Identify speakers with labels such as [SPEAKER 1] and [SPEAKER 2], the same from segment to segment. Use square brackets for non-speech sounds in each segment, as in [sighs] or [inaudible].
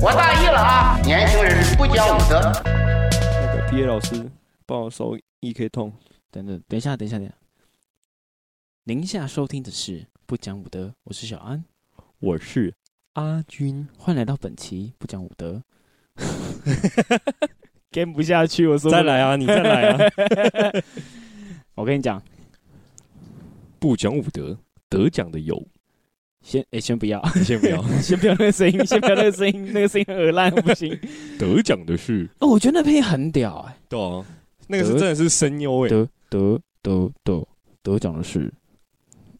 [SPEAKER 1] 我大意了啊！年轻人不讲武德。
[SPEAKER 2] 那个毕业老师帮我收 EK 痛，
[SPEAKER 3] 等等，等一下，等一下，等一下。您现在收听的是《不讲武德》，我是小安，
[SPEAKER 2] 我是阿军，
[SPEAKER 3] 欢迎来到本期《不讲武德》，game 不下去，我说
[SPEAKER 2] 再来啊，你再来啊！
[SPEAKER 3] [laughs] 我跟你讲，
[SPEAKER 2] 不讲武德，得奖的有，
[SPEAKER 3] 先哎，先不要， [laughs]
[SPEAKER 2] 你先不 [laughs] 要。
[SPEAKER 3] 先不要那个声音，先 [laughs] 不要那个声音，那个声音很恶烂，不行。
[SPEAKER 2] 得奖的是，
[SPEAKER 3] [laughs] 哦，我觉得那配很屌哎、
[SPEAKER 2] 对啊，那个是真的是声优哎，
[SPEAKER 3] 得得得得得奖的是，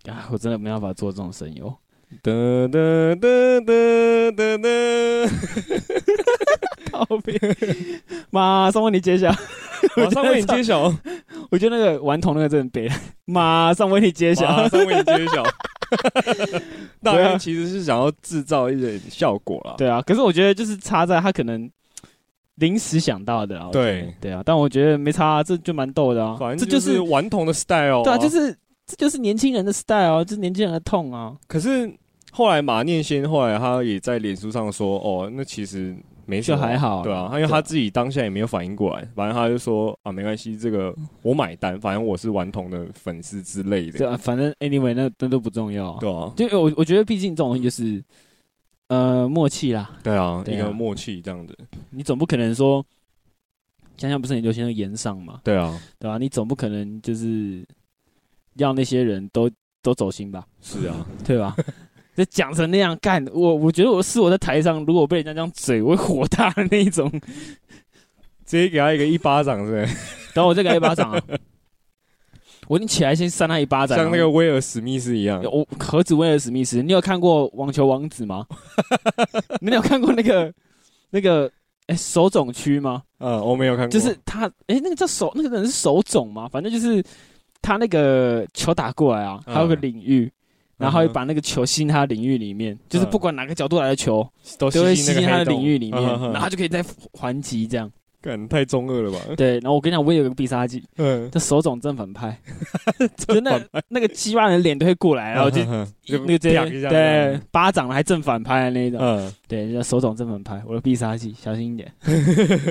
[SPEAKER 3] 啊，我真的没办法做这种声哦优。
[SPEAKER 2] 得得得得得得，
[SPEAKER 3] 靠边， [laughs] 马上为你揭晓。
[SPEAKER 2] [laughs] 马上为你揭晓，
[SPEAKER 3] [laughs]
[SPEAKER 2] [laughs]
[SPEAKER 3] 我觉得那个顽童那个真的悲， [laughs] 马上为你揭晓
[SPEAKER 2] 马。上为你揭 [laughs] 晓。大
[SPEAKER 3] 对啊
[SPEAKER 2] 家其实是想要制造一点效果啦，
[SPEAKER 3] 对啊，可是我觉得就是差在他可能临时想到的啊。我觉得
[SPEAKER 2] 对
[SPEAKER 3] 对啊，但我觉得没差、啊，这就蛮逗的啊。
[SPEAKER 2] 反
[SPEAKER 3] 这
[SPEAKER 2] 正
[SPEAKER 3] 就
[SPEAKER 2] 就是顽童的 style 啊。
[SPEAKER 3] 对啊，就是这就是年轻人的 style 啊，这是年轻人的痛啊。
[SPEAKER 2] 可是后来马念先后来他也在脸书上说，哦，那其实没什么
[SPEAKER 3] 就还好
[SPEAKER 2] 对啊，
[SPEAKER 3] 对
[SPEAKER 2] 因为他自己当下也没有反应过来，反正他就说啊，没关系，这个我买单，反正我是顽童的粉丝之类
[SPEAKER 3] 对
[SPEAKER 2] 的，
[SPEAKER 3] 啊，反正 anyway 那那都不重要啊。
[SPEAKER 2] 对啊，
[SPEAKER 3] 就我我觉得，毕竟这种东西就是，呃，默契啦。
[SPEAKER 2] 对啊，
[SPEAKER 3] 对
[SPEAKER 2] 一
[SPEAKER 3] 啊
[SPEAKER 2] 个默契这样子，
[SPEAKER 3] 你总不可能说，想想不是很流行的言上嘛，
[SPEAKER 2] 对啊，
[SPEAKER 3] 对吧、你总不可能就是让那些人都都走心吧，
[SPEAKER 2] 是啊，
[SPEAKER 3] 对
[SPEAKER 2] [laughs]
[SPEAKER 3] 吧？就讲成那样干，我我觉得我是我在台上，如果被人家这样嘴，我会火大的那一
[SPEAKER 2] [laughs]
[SPEAKER 3] 种。
[SPEAKER 2] 直接给他一个一巴掌是
[SPEAKER 3] [laughs]
[SPEAKER 2] 不是，
[SPEAKER 3] 然后我再给他一巴掌、啊，我一定起来先扇他一巴掌、啊
[SPEAKER 2] 像那个。威尔史密斯一样，
[SPEAKER 3] 我何止威尔史密斯？你有看过《网球王子》
[SPEAKER 2] [laughs]
[SPEAKER 3] 吗？你有看过那个那个哎、手冢区吗？
[SPEAKER 2] 嗯，我没有看过，
[SPEAKER 3] 就是他，诶，那个叫手，那个人是手冢吗？反正就是他那个球打过来啊，
[SPEAKER 2] 嗯
[SPEAKER 3] 还有个领域，然后他
[SPEAKER 2] 嗯
[SPEAKER 3] 会把那个球吸进他的领域里面，就是不管哪个角度来的球，
[SPEAKER 2] 都
[SPEAKER 3] 都会吸
[SPEAKER 2] 哦那
[SPEAKER 3] 进
[SPEAKER 2] 个
[SPEAKER 3] 他的
[SPEAKER 2] 黑洞
[SPEAKER 3] 领域里
[SPEAKER 2] [laughs]
[SPEAKER 3] 面，
[SPEAKER 2] 嗯嗯嗯
[SPEAKER 3] 然后他就可以再还击这样。
[SPEAKER 2] 干太中二了吧，
[SPEAKER 3] 对，然后我跟你讲，我也有个必杀技，
[SPEAKER 2] [laughs] 嗯，
[SPEAKER 3] 这手冢正反
[SPEAKER 2] [laughs]
[SPEAKER 3] 派，就那那个鸡巴人脸都会过来，然后就。
[SPEAKER 2] [laughs] 嗯就
[SPEAKER 3] 那个直接
[SPEAKER 2] 啪一下
[SPEAKER 3] 对，巴掌还正反拍的那一种，
[SPEAKER 2] 嗯，
[SPEAKER 3] 对，叫手冢正反拍，我的必杀技，小心一点。 [laughs]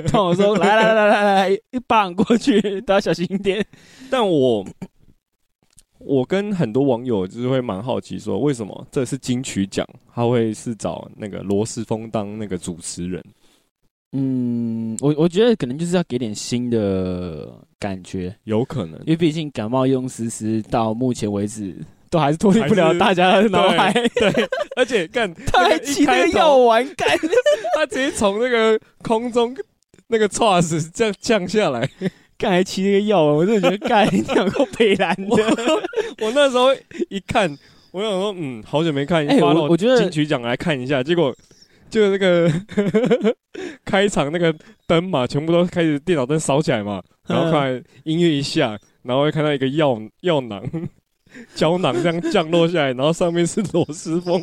[SPEAKER 3] 跟我说，来来来来来，一棒过去都要小心一点。
[SPEAKER 2] 但我我跟很多网友就是会蛮好奇，说为什么这是金曲奖，他会是找那个罗世峰当那个主持人？
[SPEAKER 3] 嗯，我我觉得可能就是要给点新的感觉，
[SPEAKER 2] 有可能
[SPEAKER 3] 因，为毕竟感冒用思思到目前为止都还是脱离不了
[SPEAKER 2] 还是
[SPEAKER 3] 大家的脑海，
[SPEAKER 2] 而且干
[SPEAKER 3] [laughs] 他还
[SPEAKER 2] 那个一
[SPEAKER 3] 骑那
[SPEAKER 2] 开
[SPEAKER 3] 个
[SPEAKER 2] 头
[SPEAKER 3] 药丸干，
[SPEAKER 2] 他直接从那个空中那个 t r u s 这样降下
[SPEAKER 3] [laughs]
[SPEAKER 2] 来，
[SPEAKER 3] 干还骑那个药丸，我真的觉得干 [laughs] 你有够北蓝
[SPEAKER 2] 我
[SPEAKER 3] 的。
[SPEAKER 2] 我那时候一看，我想说，嗯，好久没看，
[SPEAKER 3] 哎
[SPEAKER 2] 发
[SPEAKER 3] 我
[SPEAKER 2] 到
[SPEAKER 3] 我觉得
[SPEAKER 2] 金曲奖来看一下，结果。就那个 [laughs] 开场那个灯嘛，全部都开始电脑灯烧起来嘛，
[SPEAKER 3] 嗯
[SPEAKER 2] 然后看音乐一下，然后会看到一个药药囊、 [laughs] 胶囊这样降落下来，然后上面是螺丝风，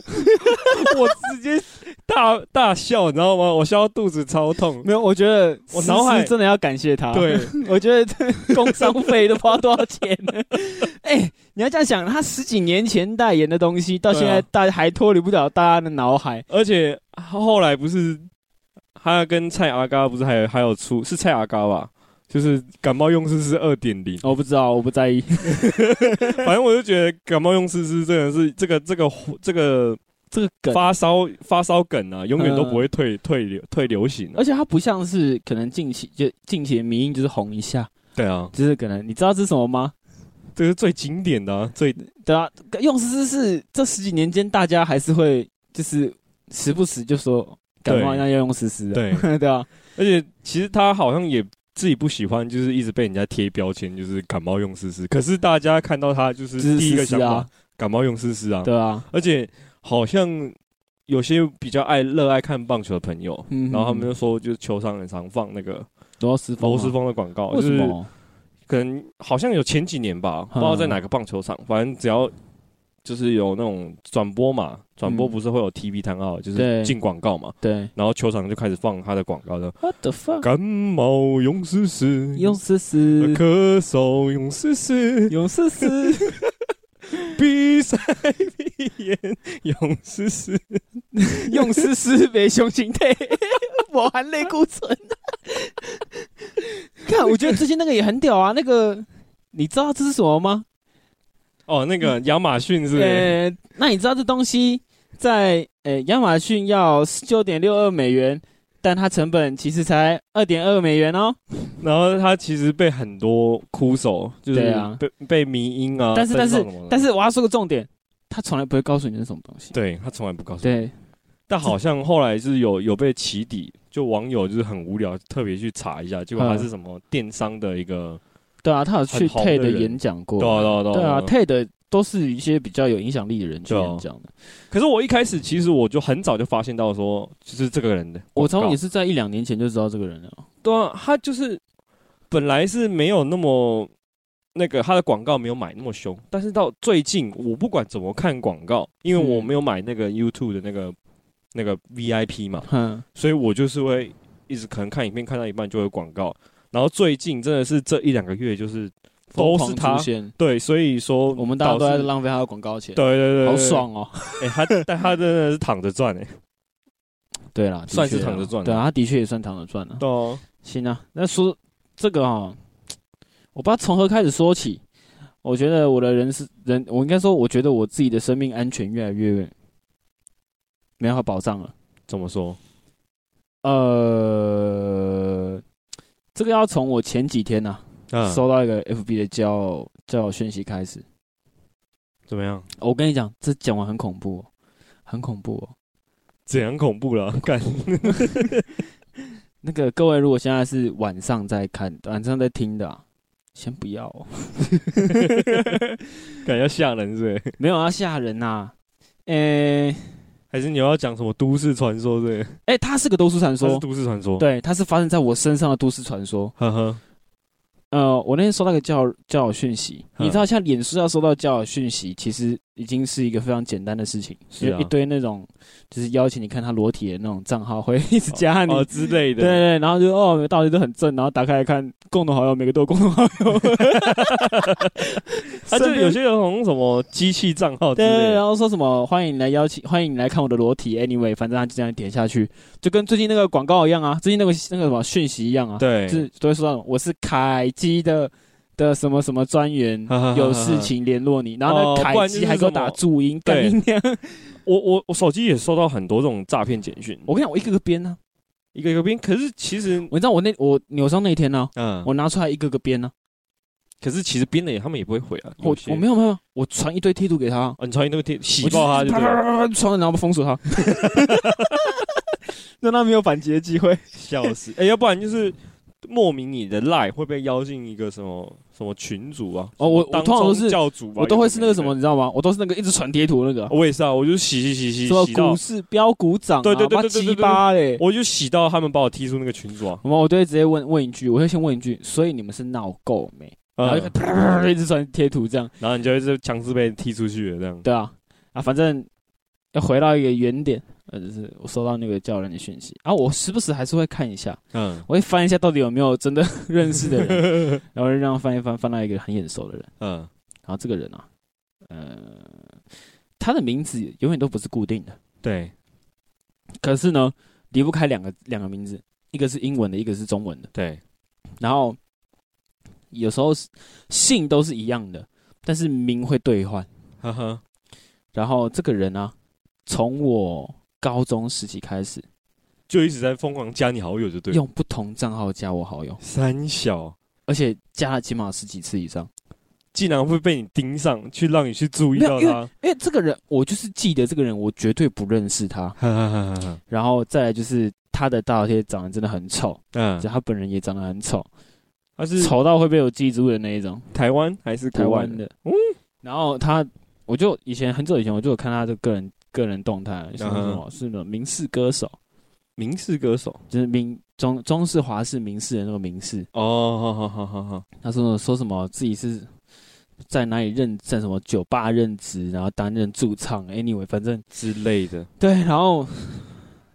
[SPEAKER 2] 我直接大大笑，你知道吗？我笑到肚子超
[SPEAKER 3] [laughs]
[SPEAKER 2] 痛。
[SPEAKER 3] 没有，我觉得
[SPEAKER 2] 我
[SPEAKER 3] 思
[SPEAKER 2] 脑海
[SPEAKER 3] 思真的要感谢他。
[SPEAKER 2] 对，
[SPEAKER 3] [laughs] 我觉得
[SPEAKER 2] [laughs]
[SPEAKER 3] 这工商费都不知道多少钱了。哎、你要这样想，他十几年前代言的东西，到现在
[SPEAKER 2] 对啊
[SPEAKER 3] 大还脱离不了大家的脑海。
[SPEAKER 2] 而且后来不是他跟蔡阿嘎不是还有还有出是蔡阿嘎吧？就是感冒用事是二点
[SPEAKER 3] [laughs]
[SPEAKER 2] 零，
[SPEAKER 3] 我不知道，我不在意。
[SPEAKER 2] 反正我就觉得感冒用事是真的是这个这个 [laughs] 这个
[SPEAKER 3] 这个梗，嗯
[SPEAKER 2] 发烧发烧梗啊，永远都不会退、退流退流行、啊
[SPEAKER 3] 而。且它不像是可能近期就近期的迷音，就是红一下，
[SPEAKER 2] 对啊，
[SPEAKER 3] 就是可能你知道这是什么吗？
[SPEAKER 2] 这是最经典的、啊、最
[SPEAKER 3] 对啊，用思思是这十几年间，大家还是会就是时不时就说感冒
[SPEAKER 2] 对
[SPEAKER 3] 那要用思思、啊，[laughs]
[SPEAKER 2] 对
[SPEAKER 3] 对啊，
[SPEAKER 2] 而且其实他好像也自己不喜欢，就是一直被人家贴标签，就是感冒用思思。可是大家看到他就是
[SPEAKER 3] 就是
[SPEAKER 2] 第一个
[SPEAKER 3] 思
[SPEAKER 2] 想
[SPEAKER 3] 思
[SPEAKER 2] 法，
[SPEAKER 3] 啊，
[SPEAKER 2] 感冒用思思啊。
[SPEAKER 3] 对啊，
[SPEAKER 2] 而且好像有些比较爱热爱看棒球的朋友，
[SPEAKER 3] 嗯哼
[SPEAKER 2] 然后他们就说，就是球场很常放那个
[SPEAKER 3] 罗斯峰啊，
[SPEAKER 2] 罗斯峰的广告，
[SPEAKER 3] 为
[SPEAKER 2] 就
[SPEAKER 3] 什
[SPEAKER 2] 是
[SPEAKER 3] 么？嗯
[SPEAKER 2] 可能好像有前几年吧，不知道在哪个棒球场，反正只要就是有那种转播嘛，转播
[SPEAKER 3] 嗯
[SPEAKER 2] 不是会有 TV 摊号，就
[SPEAKER 3] 对啊
[SPEAKER 2] 是进广告嘛，
[SPEAKER 3] 对
[SPEAKER 2] 然后球场就开始放他的广告的，
[SPEAKER 3] ，What the fuck？
[SPEAKER 2] 感冒勇士是呃
[SPEAKER 3] 用思思，
[SPEAKER 2] 咳嗽勇士是
[SPEAKER 3] 用思思，
[SPEAKER 2] 比赛闭眼勇士是，
[SPEAKER 3] 用丝丝为雄心态，我含泪孤存。啊看，我觉得最近那个也很屌啊，那个你知道这是什么吗？
[SPEAKER 2] 哦，那个亚马逊是不是？
[SPEAKER 3] 呃，那你知道这东西在呃亚马逊要十九点六二美元，但它成本其实才二点二美元哦。
[SPEAKER 2] 然后他其实被很多哭手，就是
[SPEAKER 3] 对啊
[SPEAKER 2] 被被迷音啊，
[SPEAKER 3] 但是但是但
[SPEAKER 2] 是
[SPEAKER 3] 是我要说个重点，他从来不会告诉你是什么东西。
[SPEAKER 2] 对他从来不告诉你。
[SPEAKER 3] 对，
[SPEAKER 2] 但好像后来是有有被起底，就网友就是很无聊，特别去查一下，结果他是什么电商的一个，
[SPEAKER 3] 对啊，他有去
[SPEAKER 2] 很红的
[SPEAKER 3] TED
[SPEAKER 2] 人
[SPEAKER 3] 演讲过。
[SPEAKER 2] 对啊对啊对啊
[SPEAKER 3] 对啊
[SPEAKER 2] 对啊。
[SPEAKER 3] ，TED 都是一些比较有影响力的人去
[SPEAKER 2] 对啊
[SPEAKER 3] 演讲的。
[SPEAKER 2] 可是我一开始其实我就很早就发现到说，就是这个人的
[SPEAKER 3] 我
[SPEAKER 2] 从
[SPEAKER 3] 从也是在一两年前就知道这个人了。
[SPEAKER 2] 对啊，他就是本来是没有那么那个他的广告没有买那么凶，但是到最近我不管怎么看广告，因为我
[SPEAKER 3] 嗯
[SPEAKER 2] 没有买那个 YouTube 的那个那个 VIP 嘛，
[SPEAKER 3] 哼，
[SPEAKER 2] 所以我就是会一直可能看影片看到一半就会有广告，然后最近真的是这一两个月就是都
[SPEAKER 3] 疯
[SPEAKER 2] 是
[SPEAKER 3] 狂
[SPEAKER 2] 他哦
[SPEAKER 3] 出，现，
[SPEAKER 2] 对，所以说
[SPEAKER 3] 我们大家都在
[SPEAKER 2] 导致
[SPEAKER 3] 浪费他的广告钱，
[SPEAKER 2] 对对对，对
[SPEAKER 3] 好，爽哦。
[SPEAKER 2] 哎、他但他真的是躺着赚哎、
[SPEAKER 3] 对啦，的确
[SPEAKER 2] 算是
[SPEAKER 3] 啦
[SPEAKER 2] 躺着赚的
[SPEAKER 3] 对啊，他的确也算躺着赚了。
[SPEAKER 2] 对啊，
[SPEAKER 3] 行啊，那说这个哈，我不知道从何开始说起。我觉得我的人是人，我应该说，我觉得我自己的生命安全越来越没办法保障了。
[SPEAKER 2] 怎么说？
[SPEAKER 3] 呃，这个要从我前几天啊呐、
[SPEAKER 2] 嗯，
[SPEAKER 3] 收到一个 FB 的交友交友讯息开始。
[SPEAKER 2] 怎么样？
[SPEAKER 3] 哦我跟你讲，这讲完很恐怖、哦，很恐怖、哦。
[SPEAKER 2] 怎样恐怖了？ [laughs] 干，
[SPEAKER 3] 那个各位，如果现在是晚上在看、晚上在听的、啊，先不要、 [laughs] 哦，
[SPEAKER 2] 感觉吓人是不是？
[SPEAKER 3] 没有要吓人呐、啊诶、
[SPEAKER 2] 还是你要讲什么都市传说之类的？
[SPEAKER 3] 诶、它是个都市传
[SPEAKER 2] 它是
[SPEAKER 3] 说，
[SPEAKER 2] 都市传说，，
[SPEAKER 3] 对，它是发生在我身上的都市传说。
[SPEAKER 2] 呵呵，
[SPEAKER 3] 呃，我那天收到一个交友交友讯息，
[SPEAKER 2] 嗯
[SPEAKER 3] 你知道，像脸书要收到交友讯息，其实已经是一个非常简单的事情，
[SPEAKER 2] 是啊
[SPEAKER 3] 有一堆那种就是邀请你看他裸体的那种账号会一直加你，
[SPEAKER 2] 哦之
[SPEAKER 3] 对
[SPEAKER 2] 类的，
[SPEAKER 3] 对，然后就哦，大家都很正，然后打开来看，共同好友每个都有共同好友，
[SPEAKER 2] [laughs] 他就
[SPEAKER 3] 身边
[SPEAKER 2] 有些人好像什么机器账号之
[SPEAKER 3] 对对，
[SPEAKER 2] 类
[SPEAKER 3] 对然
[SPEAKER 2] 的，
[SPEAKER 3] 后说什么欢迎你来邀请，欢迎你来看我的裸体，anyway，反正他就这样点下去，就跟最近那个广告一样啊，最近那个那个什么讯息一样啊，，
[SPEAKER 2] 对，。
[SPEAKER 3] 就是都会说到我是凯基的的什么什么专员有事情联络你，然后
[SPEAKER 2] 哦
[SPEAKER 3] 呢，
[SPEAKER 2] 不
[SPEAKER 3] 凯
[SPEAKER 2] 然就是
[SPEAKER 3] 基还给我打
[SPEAKER 2] 什么
[SPEAKER 3] 注音，干
[SPEAKER 2] 对
[SPEAKER 3] 你娘！
[SPEAKER 2] 我我我手机也收到很多这种诈骗简讯，
[SPEAKER 3] 我跟你讲，我一个个编啊，
[SPEAKER 2] 一个一个编，可是其实，
[SPEAKER 3] 我知道我那我扭伤那一天呢，
[SPEAKER 2] 嗯，
[SPEAKER 3] 我拿出来一个个编呢，
[SPEAKER 2] 可是其实编的也他们也不会回啊，
[SPEAKER 3] 我我没
[SPEAKER 2] 有
[SPEAKER 3] 有
[SPEAKER 2] 些，
[SPEAKER 3] 没有，我传一堆贴图给他，啊
[SPEAKER 2] 哦你传那个贴
[SPEAKER 3] 我
[SPEAKER 2] 洗
[SPEAKER 3] 就
[SPEAKER 2] 爆他就
[SPEAKER 3] 啪
[SPEAKER 2] 对
[SPEAKER 3] 啪啪
[SPEAKER 2] 了，
[SPEAKER 3] 啪啪传了，然后封锁他，让他没有反击的机会。
[SPEAKER 2] 笑死，哎，要不然就是莫名你的赖会被邀进一个什么什么群组啊，
[SPEAKER 3] 哦，我我
[SPEAKER 2] 当
[SPEAKER 3] 通常都
[SPEAKER 2] 宗
[SPEAKER 3] 是
[SPEAKER 2] 教主吧，
[SPEAKER 3] 我都会是那个什么，
[SPEAKER 2] 有
[SPEAKER 3] 你知道吗？我都是那个一直传贴图那个
[SPEAKER 2] 的没的，，我也是啊，我就洗洗洗洗
[SPEAKER 3] 什么
[SPEAKER 2] 洗到
[SPEAKER 3] 股，市标股涨啊，
[SPEAKER 2] 对对对
[SPEAKER 3] 妈
[SPEAKER 2] 对对对
[SPEAKER 3] 鸡巴嘞！
[SPEAKER 2] 我就洗到他们把我踢出那个群组啊，
[SPEAKER 3] 我我都会直接问问一句，我会先问一句，所以你们是闹够没？然后就
[SPEAKER 2] 嗯
[SPEAKER 3] 啪啪啪啪一直传贴图这样，
[SPEAKER 2] 然后你就会是强制被踢出去的这样。
[SPEAKER 3] 对啊，啊，反正要回到一个原点，呃，就是我收到那个叫人的讯息，然后我时不时还是会看一下，
[SPEAKER 2] 嗯
[SPEAKER 3] 我会翻一下到底有没有真的认识的人，然后就让翻一翻，翻到一个很眼熟的人，
[SPEAKER 2] 嗯，
[SPEAKER 3] 然后这个人啊，呃，他的名字永远都不是固定的。
[SPEAKER 2] 对
[SPEAKER 3] 可是呢，离不开两个两个名字，一个是英文的，一个是中文的。
[SPEAKER 2] 对，
[SPEAKER 3] 然后有时候是姓都是一样的，但是名会兑换。
[SPEAKER 2] 呵呵，
[SPEAKER 3] 然后这个人啊，从我高中时期开始，
[SPEAKER 2] 就一直在疯狂加你好友，就对了。
[SPEAKER 3] 用不同账号加我好友，
[SPEAKER 2] 三小
[SPEAKER 3] 而且加了起码十几次以上。
[SPEAKER 2] 竟然会被你盯上，去让你去注意
[SPEAKER 3] 没
[SPEAKER 2] 到
[SPEAKER 3] 有因为
[SPEAKER 2] 他。
[SPEAKER 3] 因为这个人，我就是记得这个人，我绝对不认识他。
[SPEAKER 2] 哈哈哈哈哈，
[SPEAKER 3] 然后再来就是他的大头贴长得真的很丑，
[SPEAKER 2] 嗯
[SPEAKER 3] 就，他本人也长得很丑，
[SPEAKER 2] 他是
[SPEAKER 3] 丑到会被我记住的那一种。
[SPEAKER 2] 台湾还是国
[SPEAKER 3] 台
[SPEAKER 2] 外嗯
[SPEAKER 3] 湾？的，然后他，我就以前很久以前我就有看他的个人个人动态，什
[SPEAKER 2] 嗯
[SPEAKER 3] 么什么是那种民视歌手，
[SPEAKER 2] 民事歌手
[SPEAKER 3] 就是民中中式华式民式的那个民式，
[SPEAKER 2] 哦，好好好好好，
[SPEAKER 3] 他说说什么自己是在哪里任在什么酒吧任职，然后担任驻唱，anyway，反正
[SPEAKER 2] 之类的，
[SPEAKER 3] 对，然后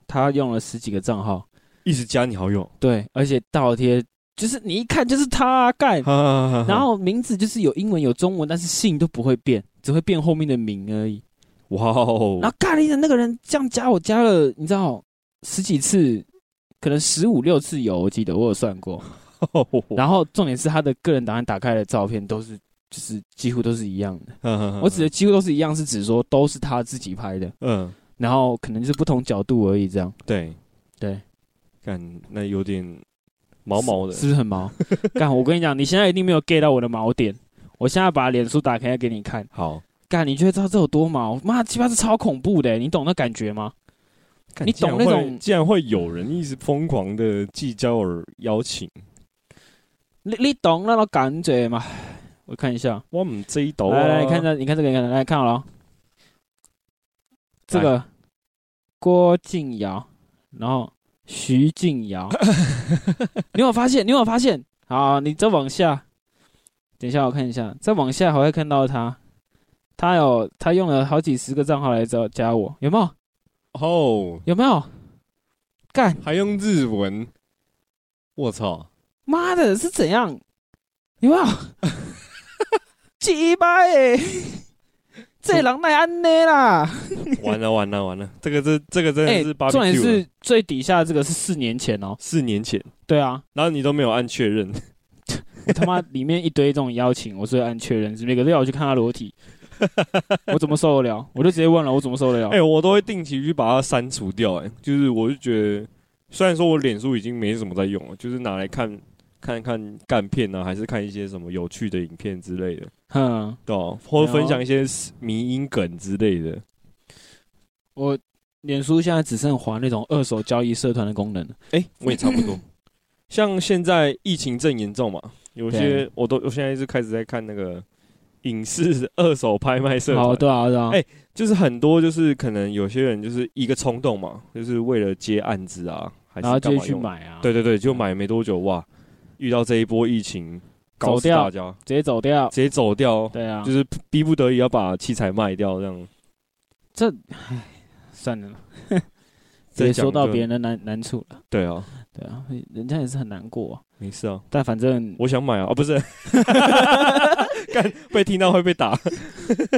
[SPEAKER 3] 他用了十几个账号，
[SPEAKER 2] 一直加你好友，
[SPEAKER 3] 对，而且大头贴就是你一看就是他啊干
[SPEAKER 2] 哈，哈哈哈。
[SPEAKER 3] 然后名字就是有英文有中文，但是姓都不会变，只会变后面的名而已。
[SPEAKER 2] 哇哦
[SPEAKER 3] 然，后咖喱的那个人这样加我加了，你知道十几次，可能十五六次有，我记得我有算过。然后重点是他的个人档案打开的照片都是，就是几乎都是一样的。
[SPEAKER 2] 后
[SPEAKER 3] 我指的几乎都是一样，是指说都是他自己拍的，
[SPEAKER 2] 嗯，
[SPEAKER 3] 然后可能就是不同角度而已，这样。
[SPEAKER 2] 对
[SPEAKER 3] 对，
[SPEAKER 2] 干那有点毛毛的
[SPEAKER 3] 是，是不是很
[SPEAKER 2] [laughs]
[SPEAKER 3] 毛？干，我跟你讲，你现在一定没有 get 到我的毛点。我现在把脸书打开给你看，
[SPEAKER 2] 好，
[SPEAKER 3] 干，你就会知道这有多毛。妈，鸡巴是超恐怖的，你懂那感觉吗？
[SPEAKER 2] 干
[SPEAKER 3] 你
[SPEAKER 2] 竟然
[SPEAKER 3] 懂那
[SPEAKER 2] 会
[SPEAKER 3] 种
[SPEAKER 2] 竟然会有人一直疯狂的寄交我邀请，
[SPEAKER 3] 你你懂那种感觉吗？我看一下，
[SPEAKER 2] 我们这一斗啊
[SPEAKER 3] 来来，你看
[SPEAKER 2] 着，
[SPEAKER 3] 这，你看这个，你看这个来看好了哦，这个郭靖尧，然后徐靖尧，你有发现？你有发现？好，你再往下，等一下我看一下，再往下还会看到他，他有他用了好几十个账号来找加我，有没有？
[SPEAKER 2] 哦，
[SPEAKER 3] 有没有？干
[SPEAKER 2] 还用日文，我操，
[SPEAKER 3] 妈的，是怎样？有没有？鸡巴诶！这人来安内啦！
[SPEAKER 2] [laughs] 完了完了完了，这个这这个真
[SPEAKER 3] 哎，
[SPEAKER 2] 的是 b
[SPEAKER 3] 重点
[SPEAKER 2] a r
[SPEAKER 3] 是最底下这个是四年前哦。
[SPEAKER 2] 四年前，
[SPEAKER 3] 对啊，
[SPEAKER 2] 然后你都没有按确认， [laughs]
[SPEAKER 3] 我他妈里面一堆这种邀请，我是按确认，每个都要我去看他裸体，我怎么受得了？我就直接问了，我怎么受得了？
[SPEAKER 2] [laughs] 哎，我都会定期去把它删除掉，哎，就是我就觉得，虽然说我脸书已经没什么在用了，就是拿来看看看干片啊，还是看一些什么有趣的影片之类的。
[SPEAKER 3] 哼，
[SPEAKER 2] 对啊、
[SPEAKER 3] 没
[SPEAKER 2] 或
[SPEAKER 3] 有
[SPEAKER 2] 者
[SPEAKER 3] 啊
[SPEAKER 2] 分享一些迷音梗之类的。
[SPEAKER 3] 我脸书现在只剩还那种二手交易社团的功能了。
[SPEAKER 2] 哎、我也差不多。 [clears throat] 像现在疫情正严重嘛，有些我都我现在是开始在看那个影视 [laughs] 二手拍卖社
[SPEAKER 3] 好，
[SPEAKER 2] 团，
[SPEAKER 3] 对啊，对啊。
[SPEAKER 2] 哎就是很多就是可能有些人就是一个冲动嘛，就是为了接案子啊，还
[SPEAKER 3] 然后
[SPEAKER 2] 是
[SPEAKER 3] 就
[SPEAKER 2] 干
[SPEAKER 3] 是
[SPEAKER 2] 嘛
[SPEAKER 3] 去
[SPEAKER 2] 用的？
[SPEAKER 3] 买啊，
[SPEAKER 2] 对，对对，就买没多久哇，遇到这一波疫情，搞
[SPEAKER 3] 走
[SPEAKER 2] 死
[SPEAKER 3] 掉
[SPEAKER 2] 大家，
[SPEAKER 3] 直接走掉。
[SPEAKER 2] 直接走掉，
[SPEAKER 3] 对啊，
[SPEAKER 2] 就是逼不得已要把器材卖掉这样。
[SPEAKER 3] 这，唉，算
[SPEAKER 2] [laughs]
[SPEAKER 3] 了啦，
[SPEAKER 2] 再
[SPEAKER 3] 也
[SPEAKER 2] 讲
[SPEAKER 3] 说到
[SPEAKER 2] 就
[SPEAKER 3] 别人的难难处了。
[SPEAKER 2] 对啊，
[SPEAKER 3] 对啊，人家也是很难过啊、
[SPEAKER 2] 没事啊，
[SPEAKER 3] 但反正， [laughs]
[SPEAKER 2] 我想买啊，啊不是， [laughs] 干被听到会被打，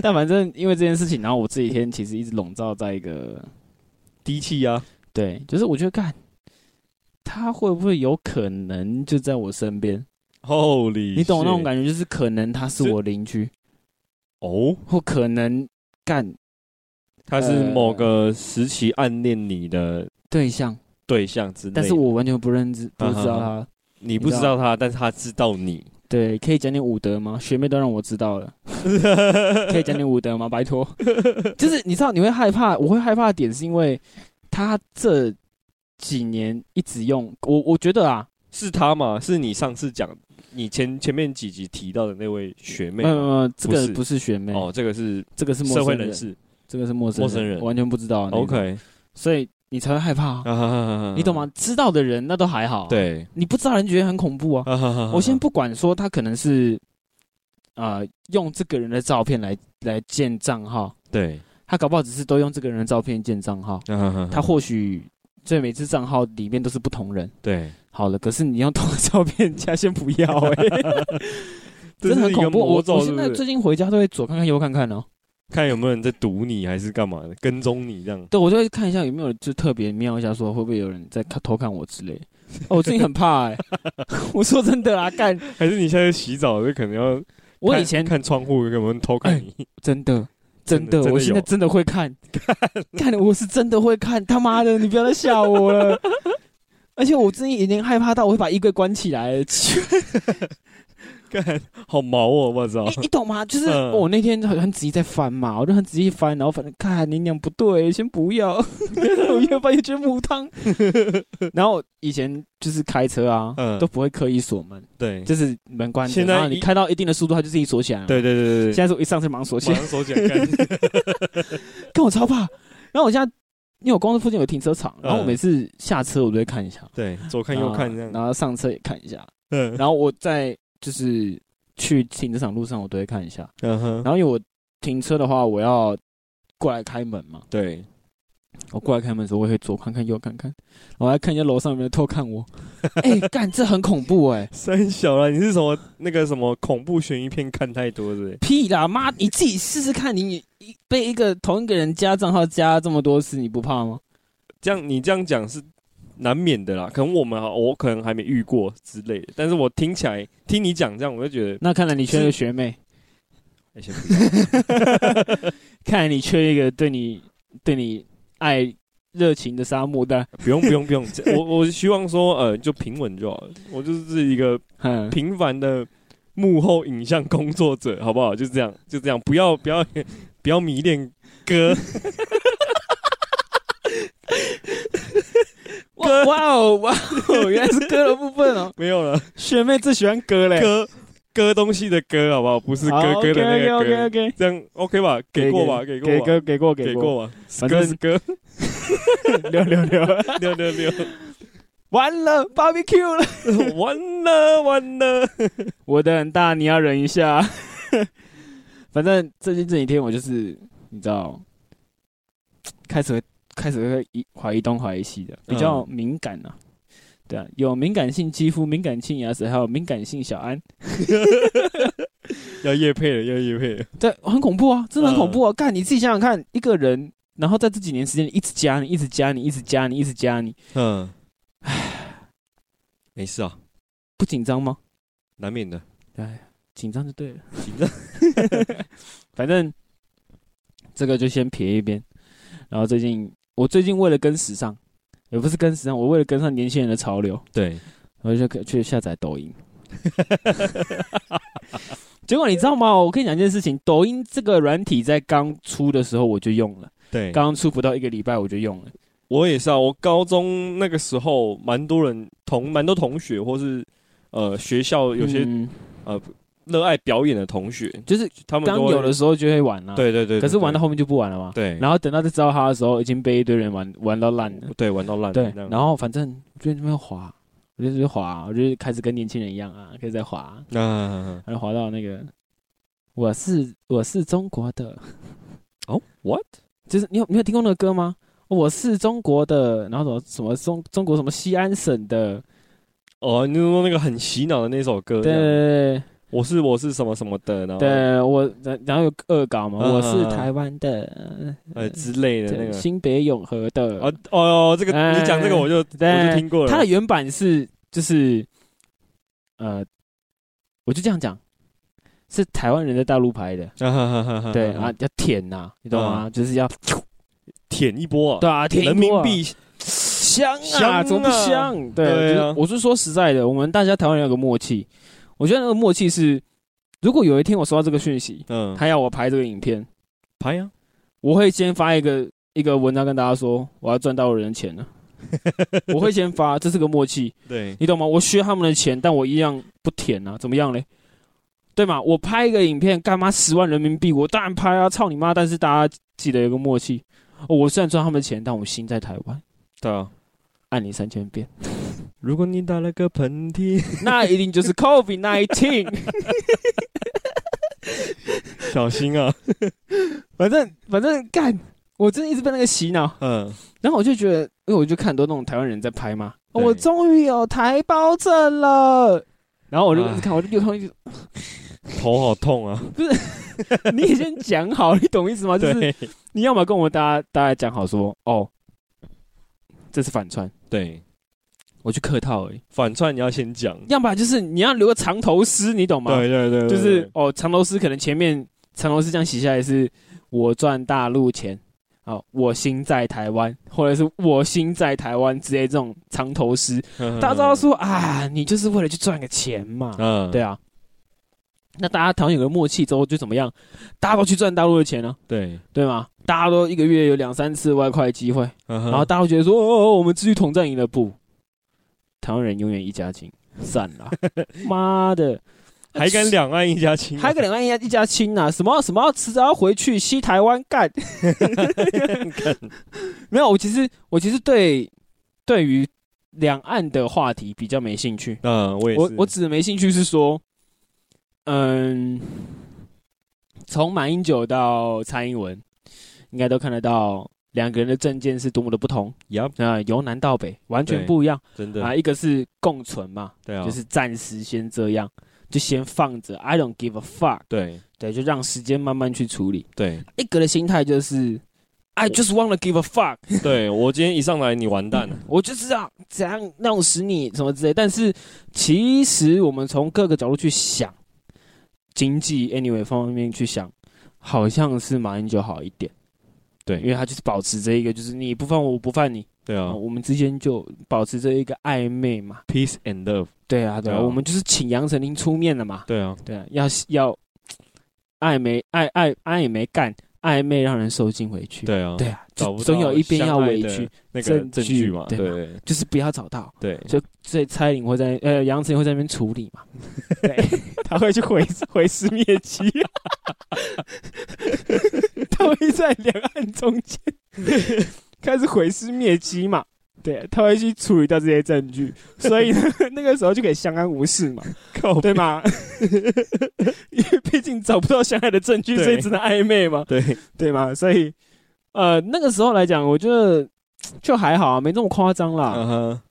[SPEAKER 3] 但反正因为这件事情，然后我这几天其实一直笼罩在一个
[SPEAKER 2] 低气压、
[SPEAKER 3] 对，就是我觉得干，他会不会有可能就在我身边？
[SPEAKER 2] Holy，
[SPEAKER 3] 你懂那种
[SPEAKER 2] shit
[SPEAKER 3] 感觉，就是可能他是
[SPEAKER 2] 是
[SPEAKER 3] 我邻居，
[SPEAKER 2] 哦？
[SPEAKER 3] 或可能干
[SPEAKER 2] 他是
[SPEAKER 3] 呃
[SPEAKER 2] 某个时期暗恋你的
[SPEAKER 3] 对象，
[SPEAKER 2] 对象之类的，
[SPEAKER 3] 但是我完全不认知，不知道
[SPEAKER 2] 啊
[SPEAKER 3] 他。
[SPEAKER 2] 你不知道他，但是他知道你，
[SPEAKER 3] 对，可以讲点武德吗？学妹都让我知道
[SPEAKER 2] [laughs]
[SPEAKER 3] 了，可以讲点武德吗？拜托，就是你知道你会害怕，我会害怕的点是因为他这几年一直用我，我觉得啊，
[SPEAKER 2] 是他吗？是你上次讲你前前面几集提到的那位学妹
[SPEAKER 3] 没有没
[SPEAKER 2] 吗？
[SPEAKER 3] 有，呃这个
[SPEAKER 2] 不是
[SPEAKER 3] 不是学妹，
[SPEAKER 2] 哦，这个是
[SPEAKER 3] 这个是陌
[SPEAKER 2] 社会
[SPEAKER 3] 生
[SPEAKER 2] 人，士
[SPEAKER 3] 这个是陌生
[SPEAKER 2] 陌生人
[SPEAKER 3] 我完全不知道的那种。
[SPEAKER 2] ，OK，
[SPEAKER 3] 所以你才会害怕、
[SPEAKER 2] 啊哈哈哈
[SPEAKER 3] 你懂吗？？知道的人那都还好，，
[SPEAKER 2] 对，
[SPEAKER 3] 你不知道人觉得很恐怖啊。
[SPEAKER 2] 啊哈哈哈
[SPEAKER 3] 我先不管说他可能是，呃，用这个人的照片来来建账号，
[SPEAKER 2] 对，
[SPEAKER 3] 他搞不好只是都用这个人的照片建账号，
[SPEAKER 2] 啊哈哈哈
[SPEAKER 3] 他或许这每次账号里面都是不同人。
[SPEAKER 2] 对，
[SPEAKER 3] 好了，可是你用同的照片加先不要、欸，真的
[SPEAKER 2] [laughs] 这是
[SPEAKER 3] 很
[SPEAKER 2] 一个
[SPEAKER 3] 恐怖。
[SPEAKER 2] 魔
[SPEAKER 3] 我
[SPEAKER 2] 咒
[SPEAKER 3] 我
[SPEAKER 2] 是
[SPEAKER 3] 现
[SPEAKER 2] 不
[SPEAKER 3] 在
[SPEAKER 2] 是
[SPEAKER 3] 最近回家都会左看看右看看哦、
[SPEAKER 2] 看有没有人在堵你，还是干嘛的，跟踪你这样。
[SPEAKER 3] 对，我就会看一下有没有就特别瞄一下，说会不会有人在看偷看我之类的。哦，我最近很怕
[SPEAKER 2] [laughs]
[SPEAKER 3] 哎、 [laughs] 我说真的啦，干
[SPEAKER 2] 还是你现在洗澡，就可能要
[SPEAKER 3] 我
[SPEAKER 2] 看
[SPEAKER 3] 以前
[SPEAKER 2] 看窗户有没有人偷看你，
[SPEAKER 3] 真的真的，
[SPEAKER 2] 真的真的
[SPEAKER 3] 我现在
[SPEAKER 2] 有
[SPEAKER 3] 真的会看，
[SPEAKER 2] [laughs]
[SPEAKER 3] 看我是真的会看，他妈的，你不要再吓我
[SPEAKER 2] [laughs]
[SPEAKER 3] 了。而且我最近已经害怕到我会把衣柜关起来了， [laughs] 哎
[SPEAKER 2] [laughs] 干好毛哦，我操！ [laughs]
[SPEAKER 3] 你你懂吗？就是
[SPEAKER 2] 嗯
[SPEAKER 3] 我那天很很仔细在翻嘛，我就很仔细翻，然后反正看你娘不对，先不
[SPEAKER 2] [laughs]
[SPEAKER 3] 要，我越翻越觉得母汤。然后以前就是开车啊，
[SPEAKER 2] 嗯
[SPEAKER 3] 都不会刻意锁门，
[SPEAKER 2] 对，
[SPEAKER 3] 就是门关着，
[SPEAKER 2] 现在
[SPEAKER 3] 然后你
[SPEAKER 2] 一
[SPEAKER 3] 开到一定的速度，它就自己锁起来了。，
[SPEAKER 2] 对对对对
[SPEAKER 3] 现
[SPEAKER 2] 对，
[SPEAKER 3] 在是我一上车马上锁起
[SPEAKER 2] 马
[SPEAKER 3] 来，
[SPEAKER 2] 上手起来
[SPEAKER 3] [laughs]
[SPEAKER 2] 干，
[SPEAKER 3] 跟我超怕。然后我现在因为我公司附近有停车场，然后我
[SPEAKER 2] 嗯
[SPEAKER 3] 每次下车我都会看一下，
[SPEAKER 2] 对，左看右看这
[SPEAKER 3] 然
[SPEAKER 2] 样，
[SPEAKER 3] 后上车也看一下，
[SPEAKER 2] 嗯
[SPEAKER 3] 然后我在就是去停车场路上我都会看一下。
[SPEAKER 2] 嗯哼，
[SPEAKER 3] 然后因为我停车的话，我要过来开门嘛，
[SPEAKER 2] 对，
[SPEAKER 3] 我过来开门的时候，我也会左看看右看看，我还看人家楼上有没有偷看 [laughs] 我。哎、干，这很恐怖哎、
[SPEAKER 2] 三小啊啦，你是什么那个什么恐怖悬疑片看太多是不是？
[SPEAKER 3] 屁啦，妈，你自己试试看，你一被一个同一个人加账号加这么多次，你不怕吗？
[SPEAKER 2] 这样你这样讲是难免的啦，可能我们啊我可能还没遇过之类的，但是我听起来听你讲这样，我就觉得
[SPEAKER 3] 那看来你缺一个学妹， [laughs]
[SPEAKER 2] 哎、先不要
[SPEAKER 3] 看来你缺一个对你对你爱热情的沙漠蛋。
[SPEAKER 2] 不用不用不用，这我我希望说呃就平稳就好了，我就是一个
[SPEAKER 3] 哼，
[SPEAKER 2] 平凡的幕后影像工作者，好不好？就这样就这样，不要不要不要迷恋哥，
[SPEAKER 3] 哇哇哦哇哦，原来是歌的部分哦。
[SPEAKER 2] 没有了，
[SPEAKER 3] [laughs] 学妹最喜欢歌嘞，
[SPEAKER 2] 割割东西的割，好不好？不是割
[SPEAKER 3] 哦
[SPEAKER 2] 割的那个
[SPEAKER 3] OK OK，,
[SPEAKER 2] 割
[SPEAKER 3] o k
[SPEAKER 2] 这样 OK 吧？给过吧，给
[SPEAKER 3] 给
[SPEAKER 2] 过吧，
[SPEAKER 3] 过给过
[SPEAKER 2] 给
[SPEAKER 3] 给过，
[SPEAKER 2] 过吧，
[SPEAKER 3] 反
[SPEAKER 2] 割
[SPEAKER 3] 正
[SPEAKER 2] 是割，
[SPEAKER 3] [laughs] 六六六，
[SPEAKER 2] [laughs] 六六六， [laughs]
[SPEAKER 3] 完了 barbecue 了。
[SPEAKER 2] 完了完了， [laughs]
[SPEAKER 3] 我的很大，你要忍一下。 [laughs] 反正最近这几天我就是你知道，开始会开始会一怀疑东怀疑西的，
[SPEAKER 2] 嗯
[SPEAKER 3] 比较敏感啊。对啊，有敏感性肌肤、敏感性牙齿，还有敏感性小安，
[SPEAKER 2] 要夜配了，要夜配了，
[SPEAKER 3] 对，很恐怖啊，真的很
[SPEAKER 2] 嗯
[SPEAKER 3] 恐怖啊！干、你自己想想看，一个人，然后在这几年时间里一直加你，一直加你，一直加你，一直加你，
[SPEAKER 2] 嗯，没事啊，
[SPEAKER 3] 不紧张吗？
[SPEAKER 2] 难免的，
[SPEAKER 3] 紧张就对了，
[SPEAKER 2] 紧张，
[SPEAKER 3] [laughs] 反正这个就先撇一边。然后最近，我最近为了跟时尚，也不是跟时尚，我为了跟上年轻人的潮流，
[SPEAKER 2] 对，
[SPEAKER 3] 我就可去下载抖音。结果你知道吗？我跟你讲一件事情，抖音这个软体在刚出的时候我就用了，
[SPEAKER 2] [laughs] 对，
[SPEAKER 3] 刚出不到一个礼拜我就用了。
[SPEAKER 2] 我也是啊，我高中那个时候，蛮多人同蛮多同学，或是呃学校有些
[SPEAKER 3] 嗯
[SPEAKER 2] 热爱表演的同学，
[SPEAKER 3] 就是
[SPEAKER 2] 他们
[SPEAKER 3] 刚
[SPEAKER 2] 都会
[SPEAKER 3] 有的时候就会玩了、，
[SPEAKER 2] 对对对，
[SPEAKER 3] 可是玩到
[SPEAKER 2] 到
[SPEAKER 3] 后面就不玩了嘛。
[SPEAKER 2] 对，
[SPEAKER 3] 然后等到再知道他的时候，已经被一堆人玩玩到烂了。
[SPEAKER 2] 对玩到烂，
[SPEAKER 3] 对
[SPEAKER 2] 这，样
[SPEAKER 3] 然后反正就在那边滑，我就是滑，我就是开始跟年轻人一样啊，开始在滑，
[SPEAKER 2] 啊
[SPEAKER 3] 然后滑到那个我是我是中国的，
[SPEAKER 2] 哦，what？
[SPEAKER 3] 就是你有你有听过那个歌吗？我是中国的，然后什么什么中中国什么西安省的，
[SPEAKER 2] 哦，你说那个很洗脑的那首歌，
[SPEAKER 3] 对对
[SPEAKER 2] 这样
[SPEAKER 3] 对
[SPEAKER 2] 我是我是什么什么的，
[SPEAKER 3] 对
[SPEAKER 2] 然后
[SPEAKER 3] 对，我然然后有恶搞嘛，
[SPEAKER 2] 哦嗯
[SPEAKER 3] 我是
[SPEAKER 2] 嗯嗯
[SPEAKER 3] 台湾的，
[SPEAKER 2] 呃之类的那
[SPEAKER 3] 对
[SPEAKER 2] 个，
[SPEAKER 3] 新北永和的，
[SPEAKER 2] 哦哦，这个
[SPEAKER 3] 哎
[SPEAKER 2] 你讲这个我就我
[SPEAKER 3] 对，
[SPEAKER 2] 就听过了，
[SPEAKER 3] 它的原版是就是，呃，我就这样讲，是台湾人在大陆拍的，
[SPEAKER 2] 啊哈哈哈哈
[SPEAKER 3] 对啊，，要舔呐、你懂吗？就是要
[SPEAKER 2] 舔一嗯波啊，
[SPEAKER 3] 对啊，舔一
[SPEAKER 2] 人民
[SPEAKER 3] 波啊
[SPEAKER 2] 币
[SPEAKER 3] 香啊，
[SPEAKER 2] 香啊
[SPEAKER 3] 怎么不香？对，
[SPEAKER 2] 对啊
[SPEAKER 3] 就是我是说实在的，我们大家台湾人有个默契，我觉得那个默契是，如果有一天我收到这个讯息，
[SPEAKER 2] 嗯，
[SPEAKER 3] 他要我拍这个影片，
[SPEAKER 2] 拍呀，
[SPEAKER 3] 我会先发一个一个文章跟大家说，我要赚到人的钱
[SPEAKER 2] [laughs]
[SPEAKER 3] 了。我会先发，这是个默契。
[SPEAKER 2] 对，
[SPEAKER 3] 你懂吗？我削他们的钱，但我一样不舔啊，怎么样嘞？对嘛？我拍一个影片，干嘛十万人民币？我当然拍啊，操你妈！但是大家记得有个默契，哦、我虽然赚他们的钱，但我心在台湾，
[SPEAKER 2] 对啊。
[SPEAKER 3] 爱你三千 [laughs] 遍，
[SPEAKER 2] 如果你打了个喷嚏，
[SPEAKER 3] 那一定就是 COVID nineteen。
[SPEAKER 2] [laughs] 小心啊！
[SPEAKER 3] [laughs] 反正反正干，我真的一直被那个洗脑，
[SPEAKER 2] 嗯，
[SPEAKER 3] 然后我就觉得，因为我就看很多那种台湾人在拍嘛，哦
[SPEAKER 2] 对
[SPEAKER 3] 我终于有台胞证了。然后我就一直看，我就又看，一直
[SPEAKER 2] 头好痛啊！
[SPEAKER 3] 你也先讲好，你懂意思 [laughs] 吗？ [laughs] 就是
[SPEAKER 2] 对
[SPEAKER 3] 你要么跟我们大家大家讲好说，哦，这是反串，
[SPEAKER 2] 对，
[SPEAKER 3] 我去客套而已；
[SPEAKER 2] 反串你要先讲。
[SPEAKER 3] 要么就是你要留个长头诗，你懂吗？
[SPEAKER 2] 对对对，对
[SPEAKER 3] 就是哦，长头诗可能前面长头诗这样写下来是“我赚大陆钱”，哦，我心在台湾，或者是我心在台湾之类这种长头诗，大家知道，说啊，你就是为了去赚个钱嘛，
[SPEAKER 2] 嗯，
[SPEAKER 3] 对
[SPEAKER 2] 对
[SPEAKER 3] 啊。那大家讨论有个默契之后就怎么样？大家都去赚大陆的钱呢、
[SPEAKER 2] 对，
[SPEAKER 3] 对吗？大家都一个月有两三次外快的机会，
[SPEAKER 2] 然
[SPEAKER 3] 然后大家会觉得说，哦哦，哦我们继续统战赢了不？台湾人永远一家
[SPEAKER 2] [laughs]
[SPEAKER 3] 亲，散了，妈的，
[SPEAKER 2] 还敢两岸一家亲啊，
[SPEAKER 3] 还敢两岸一家一家亲呐、什么什么，迟早要回去西台湾干。 [laughs] 没有，我其实我其实对对于两岸的话题比较没兴趣。
[SPEAKER 2] [laughs] 嗯，我也
[SPEAKER 3] 我
[SPEAKER 2] 是，
[SPEAKER 3] 我指的没兴趣是说，嗯，从马英九到蔡英文，应该都看得到两个人的政见是多么的不同
[SPEAKER 2] Yup，
[SPEAKER 3] 啊、由南到北完全
[SPEAKER 2] 对
[SPEAKER 3] 不一样
[SPEAKER 2] 真的，
[SPEAKER 3] 啊！一个是共存嘛，
[SPEAKER 2] 对啊，
[SPEAKER 3] 就是暂时先这样，就先放着，I don't give a fuck，
[SPEAKER 2] 对
[SPEAKER 3] 对，就让时间慢慢去处理。
[SPEAKER 2] 对
[SPEAKER 3] 一格的心态就是，I just wanna give a fuck， [laughs]
[SPEAKER 2] 对，我今天一上来你完蛋了，
[SPEAKER 3] 我就是要怎样弄死你什么之类。但是其实我们从各个角度去想，经济 anyway 方面去想，好像是马英九好一点。
[SPEAKER 2] 对
[SPEAKER 3] 因为他就是保持这一个，就是你不犯我，我不犯你，
[SPEAKER 2] 对啊
[SPEAKER 3] 啊我们之间就保持这一个暧昧嘛。
[SPEAKER 2] ，peace and love，
[SPEAKER 3] 对啊，对啊，
[SPEAKER 2] 对啊
[SPEAKER 3] 我们就是请杨丞琳出面了嘛。
[SPEAKER 2] 对啊，
[SPEAKER 3] 对啊，要要爱没爱爱爱没干，暧昧让人受尽委屈。
[SPEAKER 2] 对啊，
[SPEAKER 3] 对啊，
[SPEAKER 2] 找不
[SPEAKER 3] 就
[SPEAKER 2] 到
[SPEAKER 3] 总有一边要委
[SPEAKER 2] 相爱
[SPEAKER 3] 屈
[SPEAKER 2] 的，那个
[SPEAKER 3] 证
[SPEAKER 2] 证
[SPEAKER 3] 据
[SPEAKER 2] 据嘛，
[SPEAKER 3] 对
[SPEAKER 2] 对
[SPEAKER 3] 就是不要找到，
[SPEAKER 2] 对，
[SPEAKER 3] 就所以蔡依林会在呃杨丞琳会在那边处
[SPEAKER 2] [laughs]
[SPEAKER 3] 理嘛，对，他会去毁毁尸灭迹，他会在两岸中间开始毁尸灭迹嘛。对，他会去处理掉这些证据，所以呢，那个时候就可以相安无事嘛。
[SPEAKER 2] 靠
[SPEAKER 3] 对吗？ [laughs] 因为毕竟找不到相爱的证据，
[SPEAKER 2] 对
[SPEAKER 3] 所以只能暧昧嘛，
[SPEAKER 2] 对
[SPEAKER 3] 对吗？所以，呃，那个时候来讲，我觉得就还好啊，没那么夸张啦。
[SPEAKER 2] [laughs] 嗯哼，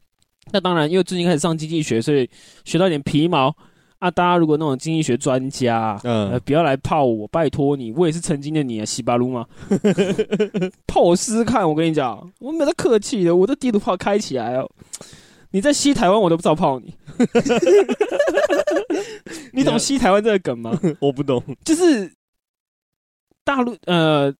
[SPEAKER 3] 那当然，因为最近开始上经济学，所以学到一点皮毛啊。大家如果那种经济学专家啊、呃，
[SPEAKER 2] 嗯，
[SPEAKER 3] 不要来泡我，拜托你，我也是曾经的你啊，西巴鲁 [laughs] 嘛，泡我试试看。我跟你讲，我没得客气的，我的地图炮开起来哦。你在西台湾，我都不知道泡你。 [laughs] 你懂西台湾这个梗
[SPEAKER 2] [laughs]
[SPEAKER 3] 吗？
[SPEAKER 2] 我不懂，
[SPEAKER 3] 就是大陆呃，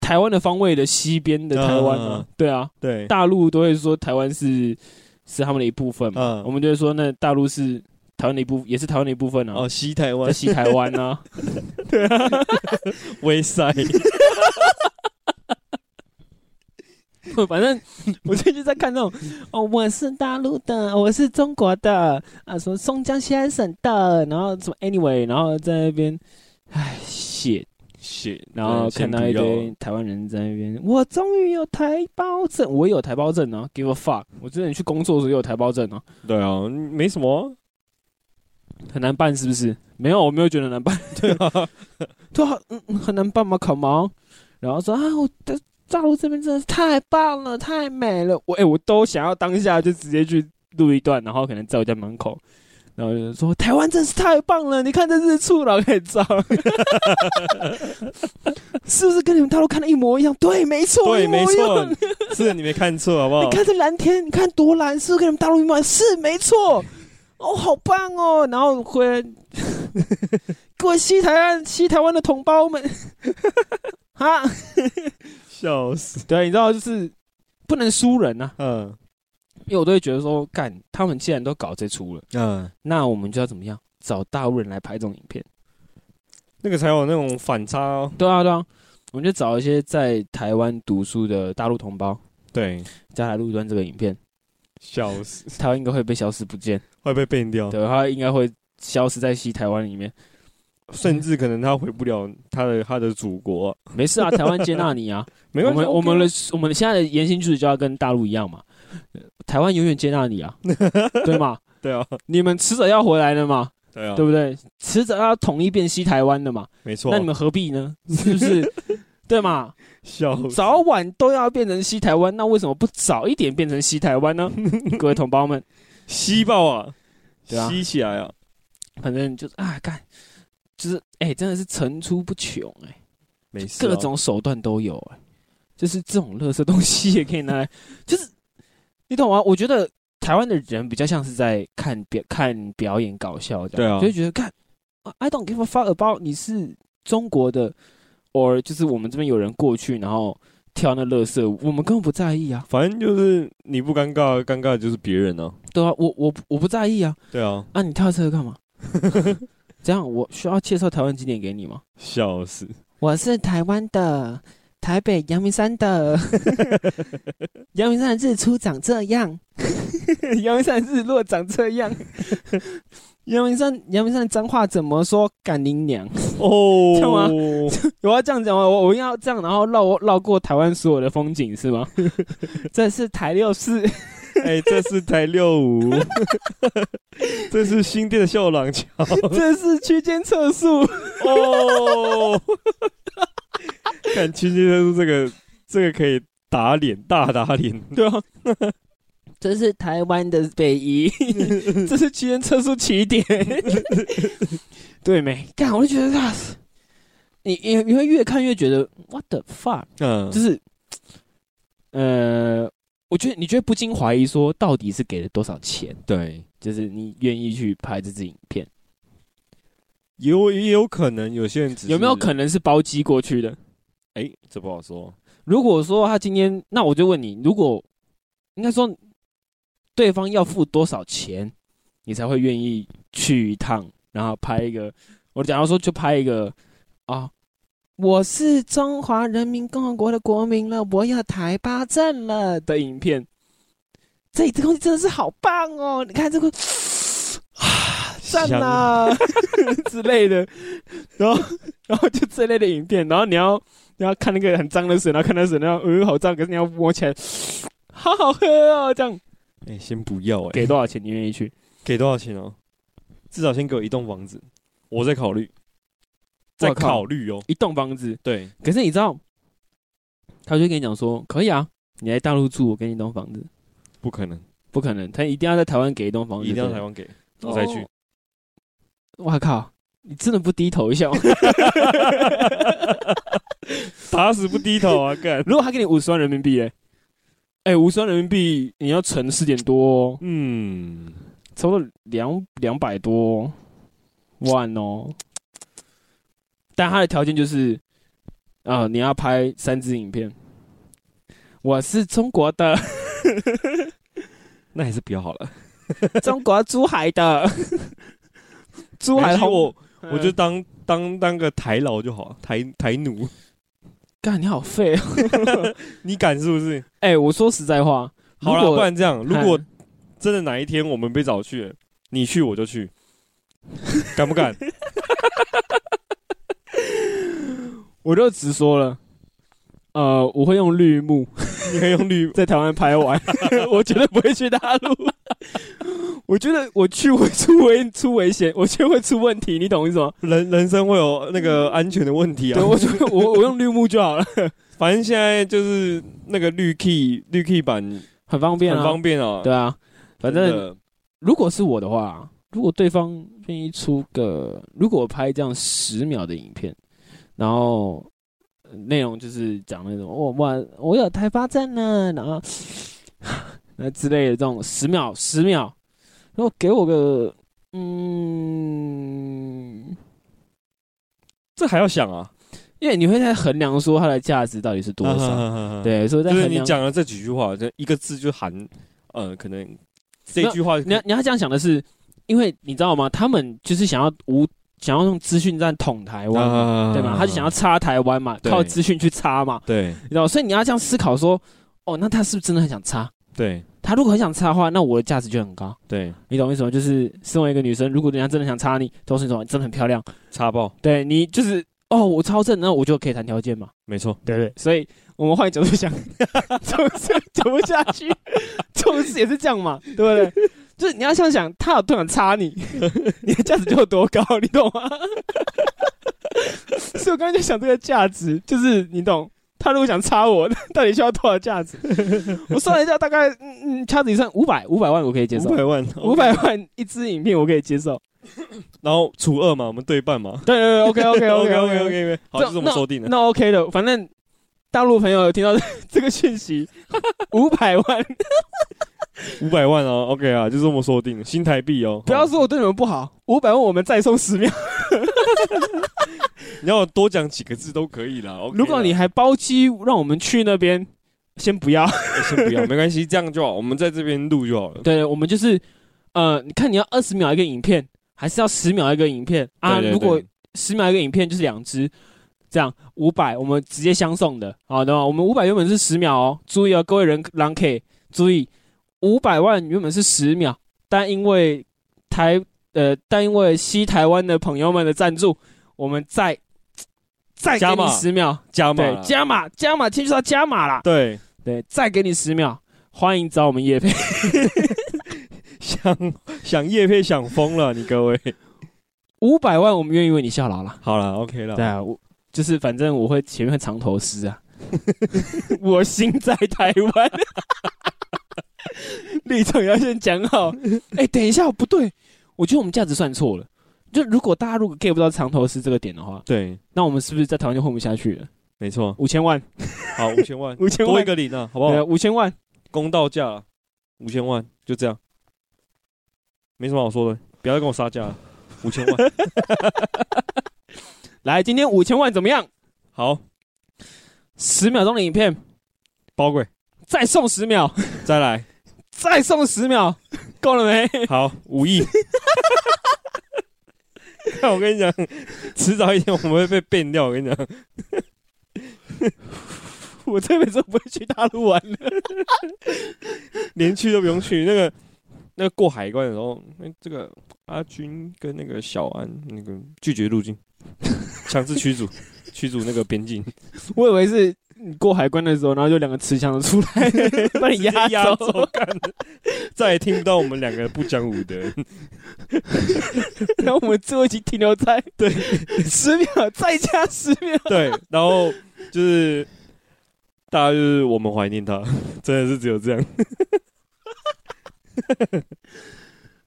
[SPEAKER 3] 台湾的方位的西边的台湾嘛，
[SPEAKER 2] 嗯
[SPEAKER 3] 对啊，
[SPEAKER 2] 对，
[SPEAKER 3] 大陆都会说台湾是是他们的一部分嘛，
[SPEAKER 2] 嗯
[SPEAKER 3] 我，们就会说那大陆是台湾的一部，也是台湾的一部分啊。
[SPEAKER 2] 哦，西台
[SPEAKER 3] 在
[SPEAKER 2] 湾
[SPEAKER 3] 西台湾呢、
[SPEAKER 2] [laughs]
[SPEAKER 3] 啊，[laughs]
[SPEAKER 2] 威塞，
[SPEAKER 3] 反正我最近在看那种，哦，我是大陆的，我是中国的，啊，什么松江西安省的，然后什么 anyway，然后在那边，唉，shit，
[SPEAKER 2] shit，
[SPEAKER 3] 然后看到一堆台湾人在那边，我终于有台胞证，我有台胞证啊，give a fuck，我之前去工作的时候也有台胞证啊，
[SPEAKER 2] 对啊，没什么
[SPEAKER 3] 很难办是不是？没有，我没有觉得很难办， [laughs] 对啊，对啊，嗯，嗯很难办吗？烤毛，然后说啊，我的大陆这边真的是太棒了，太美了，我哎、我都想要当下就直接去录一段，然后可能在我家门口。然后就说台湾真是太棒了，你看这日出，然后开始 [laughs] 照，是不是跟你们大陆看的一模一样？对，没错，
[SPEAKER 2] 对
[SPEAKER 3] 一模一
[SPEAKER 2] 没错
[SPEAKER 3] 样
[SPEAKER 2] 啊，是你没看错好不好
[SPEAKER 3] 你？看这蓝天，你看多蓝，是不是跟你们大陆一模一样？是，没错。哦，好棒哦！然后回来， [laughs] 各位西台湾、西台湾的同胞们， [laughs] 啊哈，
[SPEAKER 2] 笑死，
[SPEAKER 3] 对，啊你知道就是不能输人呐、
[SPEAKER 2] 嗯
[SPEAKER 3] 因为我都会觉得说，干，他们既然都搞这出了，
[SPEAKER 2] 嗯，
[SPEAKER 3] 那我们就要怎么样？找大陆人来拍这种影片。
[SPEAKER 2] 那个才有那种反差哦，
[SPEAKER 3] 对啊，对啊，我们就找一些在台湾读书的大陆同胞，
[SPEAKER 2] 对，
[SPEAKER 3] 叫来录一段这个影片，
[SPEAKER 2] 笑死，
[SPEAKER 3] 台湾应该会被消失不见，
[SPEAKER 2] 会被变掉，
[SPEAKER 3] 对，他应该会消失在西台湾里面。
[SPEAKER 2] 甚至可能他回不了他的他的祖国，
[SPEAKER 3] 没事
[SPEAKER 2] [laughs]
[SPEAKER 3] 啊，台湾接纳你啊。
[SPEAKER 2] 没
[SPEAKER 3] 我
[SPEAKER 2] 关
[SPEAKER 3] 们
[SPEAKER 2] 系
[SPEAKER 3] 我们
[SPEAKER 2] ，OK
[SPEAKER 3] 的
[SPEAKER 2] 啊
[SPEAKER 3] 我们现在的言行举止就要跟大陆一样
[SPEAKER 2] [laughs]
[SPEAKER 3] 嘛，台湾永远接纳你啊，对吗？
[SPEAKER 2] 对啊
[SPEAKER 3] 你们迟早要回来的嘛，
[SPEAKER 2] 对啊，
[SPEAKER 3] 对不对？迟早要统一遍西台湾的嘛，
[SPEAKER 2] 没错，
[SPEAKER 3] 那你们何必呢？是不
[SPEAKER 2] [laughs]
[SPEAKER 3] 是？对嘛，
[SPEAKER 2] 笑死，
[SPEAKER 3] 早晚都要变成西台湾，那为什么不早一点变成西台湾
[SPEAKER 2] [laughs]
[SPEAKER 3] 呢？各位同胞们，
[SPEAKER 2] 吸爆啊，
[SPEAKER 3] 对啊
[SPEAKER 2] 吸起来啊，
[SPEAKER 3] 反正就是啊，干，就是哎、真的是层出不穷哎、
[SPEAKER 2] 没事啊，
[SPEAKER 3] 各种手段都有、哎，就是这种垃圾东西也可以拿来，就是你懂吗？我觉得台湾的人比较像是在看表看表演搞笑这
[SPEAKER 2] 对
[SPEAKER 3] 样，
[SPEAKER 2] 啊
[SPEAKER 3] 就会觉得看啊，I don't give a fuck about 你是中国的，or 就是我们这边有人过去然后跳那垃圾舞，我们根本不在意啊，
[SPEAKER 2] 反正就是你不尴尬，尴尬的就是别人啊，
[SPEAKER 3] 对啊，我我我不在意啊，
[SPEAKER 2] 对啊，
[SPEAKER 3] 啊，你跳这个干嘛？ [laughs] 这样我需要介绍台湾景点给你吗？
[SPEAKER 2] 笑死，
[SPEAKER 3] 我是台湾的，台北阳明山 [laughs] 的，阳明山的日出长这样，阳明山的日落长这样，阳明山阳明山的脏话怎么说？干你娘！
[SPEAKER 2] 哦，
[SPEAKER 3] 这样吗我要这样讲吗？我我要这样，然后绕绕过台湾所有的风景是吗？ [laughs] 这是台六四，
[SPEAKER 2] [laughs] 哎，这是台六五，这是新店的秀朗桥
[SPEAKER 3] [laughs] 这是区间测速，
[SPEAKER 2] [laughs] 哦。看青青说这个，这个可以打脸，大打脸。 [laughs]
[SPEAKER 3] 对啊， [laughs] 这是台湾的北移，这是骑人测速起点。 [laughs] 对没？干，我就觉得啊，你你你会越看越觉得 what the fuck，
[SPEAKER 2] 嗯，
[SPEAKER 3] 就是呃，我觉得你觉得不禁怀疑说，到底是给了多少钱？
[SPEAKER 2] 对，
[SPEAKER 3] 就是你愿意去拍这支影片，
[SPEAKER 2] 也有也有可能有些人只是
[SPEAKER 3] 有没有可能是包机过去的？
[SPEAKER 2] 哎、这不好说。
[SPEAKER 3] 如果说他今天，那我就问你，如果应该说对方要付多少钱，你才会愿意去一趟，然后拍一个？我假如说就拍一个啊，我是中华人民共和国的国民了，我要台巴证了的影片，这这东西真的是好棒哦！你看这个啊，赞
[SPEAKER 2] 香
[SPEAKER 3] 啦 [laughs] 之类的，然后 [laughs] 然后就这类的影片，然后你要。然后看那个很脏的水，然后看那水，然后呃好脏，可是你要摸起来， [sighs] 好好喝哦，这样
[SPEAKER 2] 哎、先不要哎、
[SPEAKER 3] 给多少钱你愿意去？
[SPEAKER 2] 给多少钱哦、至少先给我一栋房子，我再考虑，再
[SPEAKER 3] 我靠
[SPEAKER 2] 考虑哦、
[SPEAKER 3] 一栋房子，
[SPEAKER 2] 对，
[SPEAKER 3] 可是你知道，他就跟你讲说可以啊，你来大陆住，我给你一栋房子，
[SPEAKER 2] 不可能，
[SPEAKER 3] 不可能，他一定要在台湾给一栋房子，
[SPEAKER 2] 一定要
[SPEAKER 3] 对
[SPEAKER 2] 台湾给，我才去。
[SPEAKER 3] 哦哇靠，你真的不低头一下吗？
[SPEAKER 2] [laughs] 打死不低头啊！干，
[SPEAKER 3] 如果他给你五十万人民币、哎，哎，五十万人民币你要乘四点多、哦，
[SPEAKER 2] 嗯，
[SPEAKER 3] 差不多两两百多万哦。但他的条件就是，啊、你要拍三支影片。我是中国
[SPEAKER 2] [laughs]
[SPEAKER 3] 的，
[SPEAKER 2] 那还是不要好了。
[SPEAKER 3] 中国珠海的，珠海
[SPEAKER 2] 没关系
[SPEAKER 3] 好，
[SPEAKER 2] 哎我啊嗯我就当当当个台老就好，台台奴，
[SPEAKER 3] 干你好废、哦。 [laughs]
[SPEAKER 2] 你敢是不是？
[SPEAKER 3] 哎、我说实在话，
[SPEAKER 2] 好了，
[SPEAKER 3] 如果
[SPEAKER 2] 不然这样，如果
[SPEAKER 3] 嗯
[SPEAKER 2] 真的哪一天我们被找去了，你去我就去，敢不敢？ [laughs]
[SPEAKER 3] 我就直说了，呃，我会用绿幕。
[SPEAKER 2] 你可以用绿，
[SPEAKER 3] 在台湾拍完， [laughs] 我绝对不会去大陆。 [laughs] 我觉得我去会出危出危险，我觉得会出问题，你懂我意思吗？
[SPEAKER 2] 人人生会有那个安全的问题啊
[SPEAKER 3] 对，。我就我我用绿幕就好了，
[SPEAKER 2] [laughs] 反正现在就是那个绿 key 绿 key 版
[SPEAKER 3] 很方便
[SPEAKER 2] 很
[SPEAKER 3] 啊。
[SPEAKER 2] 方便啊。
[SPEAKER 3] 对啊，反
[SPEAKER 2] 真
[SPEAKER 3] 正
[SPEAKER 2] 的
[SPEAKER 3] 如果是我的话，如果对方愿意出个，如果我拍这样十秒的影片，然后呃内容就是讲那种我我我有台巴站呢，然后 [laughs] 那之类的这种十秒十秒，如果给我个嗯，
[SPEAKER 2] 这还要想啊，
[SPEAKER 3] 因为你会在衡量说它的价值到底是多少，
[SPEAKER 2] 少？
[SPEAKER 3] 对，所以在
[SPEAKER 2] 就是
[SPEAKER 3] 衡
[SPEAKER 2] 你
[SPEAKER 3] 量。
[SPEAKER 2] 讲了这几句话，这一个字就含，呃，可能这句话
[SPEAKER 3] 你要你要这样想的是，因为你知道吗？他们就是想要无想要用资讯站捅台湾嘛，
[SPEAKER 2] 啊
[SPEAKER 3] 对吗？他就想要插台湾嘛，
[SPEAKER 2] 对
[SPEAKER 3] 靠资讯去插嘛，
[SPEAKER 2] 对
[SPEAKER 3] 你知道？所以你要这样思考说，哦，那他是不是真的很想插？
[SPEAKER 2] 对
[SPEAKER 3] 他如果很想插的话，那我的价值就很高，
[SPEAKER 2] 对，
[SPEAKER 3] 你懂我意思吗？就是身为一个女生，如果人家真的想插你，都是你说真的很漂亮，
[SPEAKER 2] 插爆，
[SPEAKER 3] 对你就是哦，我超正，那我就可以谈条件嘛，
[SPEAKER 2] 没错，
[SPEAKER 3] 对不对？所以我们换一个角度想，就是讲不下去，就是也是这样嘛，对不对？就是你要想想，他有多想插你，你的价值就有多高，你懂吗？所以我刚才就想这个价值，就是你懂，他如果想插我，到底需要多少价值？我算了一下，大概嗯嗯，掐指一算，五百五百万我可以接受
[SPEAKER 2] 五，百万，
[SPEAKER 3] 五百万一支影片我可以接受。
[SPEAKER 2] 然后除二嘛，我们对半嘛
[SPEAKER 3] 对对对，OK OK OK
[SPEAKER 2] ，OK
[SPEAKER 3] OK
[SPEAKER 2] OK
[SPEAKER 3] OK。
[SPEAKER 2] OK，好，
[SPEAKER 3] 这
[SPEAKER 2] 就是我们说定的，
[SPEAKER 3] 那 OK 的，反正大陆朋友有听到这个讯息，五百万，
[SPEAKER 2] 五百万哦，OK 啊，就是我们说定的，新台币哦，
[SPEAKER 3] 不要
[SPEAKER 2] 好，
[SPEAKER 3] 说我对你们不好，五百万我们再送十秒。
[SPEAKER 2] 你要多讲几个字都可以啦，OK 啦。
[SPEAKER 3] 如果你还包机让我们去那边，先不要。
[SPEAKER 2] 哎先不要，没关系，这样就好，我们在这边录就好了。
[SPEAKER 3] [laughs] 对，我们就是呃，你看你要二十秒一个影片，还是要十秒一个影片啊？
[SPEAKER 2] 对对对
[SPEAKER 3] 如果十秒一个影片就是两支。这样五百，我们直接相送的，好的，我们五百原本是十秒哦，注意哦，各位人狼 K，注意，五百万原本是十秒，但因为台呃，但因为西台湾的朋友们的赞助，我们再再给
[SPEAKER 2] 加
[SPEAKER 3] 你
[SPEAKER 2] 码
[SPEAKER 3] 十秒，
[SPEAKER 2] 加码
[SPEAKER 3] 对，
[SPEAKER 2] 啦，
[SPEAKER 3] 加码加码，听说要加码啦，
[SPEAKER 2] 对，
[SPEAKER 3] 对，再给你十秒，欢迎找我们叶佩。
[SPEAKER 2] 想想叶配想疯了，你各位，
[SPEAKER 3] [laughs] 五百万，我们愿意为你效劳啦。
[SPEAKER 2] 好了，OK 了，
[SPEAKER 3] 对啊，我就是反正我会前面会藏头诗啊， [laughs] 我心在台湾。 [laughs] 立场要先讲好。哎、等一下，不对，我觉得我们价值算错了。就如果大家如果 get 不到长头丝这个点的话，
[SPEAKER 2] 对，
[SPEAKER 3] 那我们是不是在台湾就混不下去了？
[SPEAKER 2] 没错。
[SPEAKER 3] 五千万，
[SPEAKER 2] 好，
[SPEAKER 3] [laughs]，
[SPEAKER 2] 五千万
[SPEAKER 3] 五千万
[SPEAKER 2] 多一个零啊，好不
[SPEAKER 3] 对啊，
[SPEAKER 2] 好？
[SPEAKER 3] 五千万，
[SPEAKER 2] 公道价啊，五千万，就这样，没什么好说的，不要再跟我杀价了，五
[SPEAKER 3] [laughs]
[SPEAKER 2] 千万。
[SPEAKER 3] 来，今天五千万怎么样？
[SPEAKER 2] 好，
[SPEAKER 3] 十秒钟的影片，
[SPEAKER 2] 包鬼，
[SPEAKER 3] 再送十秒， [laughs]
[SPEAKER 2] 再来。
[SPEAKER 3] 再送十秒，够了没？ [laughs]
[SPEAKER 2] 好，五亿。看，我跟你讲，迟早一天我们会被变掉。我跟你讲，
[SPEAKER 3] 我这辈子不会去大陆玩了。
[SPEAKER 2] 连去都不用去。那个，那个过海关的时候，那这个阿军跟那个小安那个拒绝入境，强制驱逐， [laughs] 驱逐那个边境，
[SPEAKER 3] 我以为是你过海关的时候，然后就两个持枪的出 [laughs] 来把你压
[SPEAKER 2] 压
[SPEAKER 3] 走。
[SPEAKER 2] 轴干的，再也听不到我们两个不讲武德。 [laughs]
[SPEAKER 3] 然后我们最后一集停留在对十秒， [laughs] 再加十秒。
[SPEAKER 2] 对，然后就是大家就是我们怀念他， [laughs] 真的是只有这样。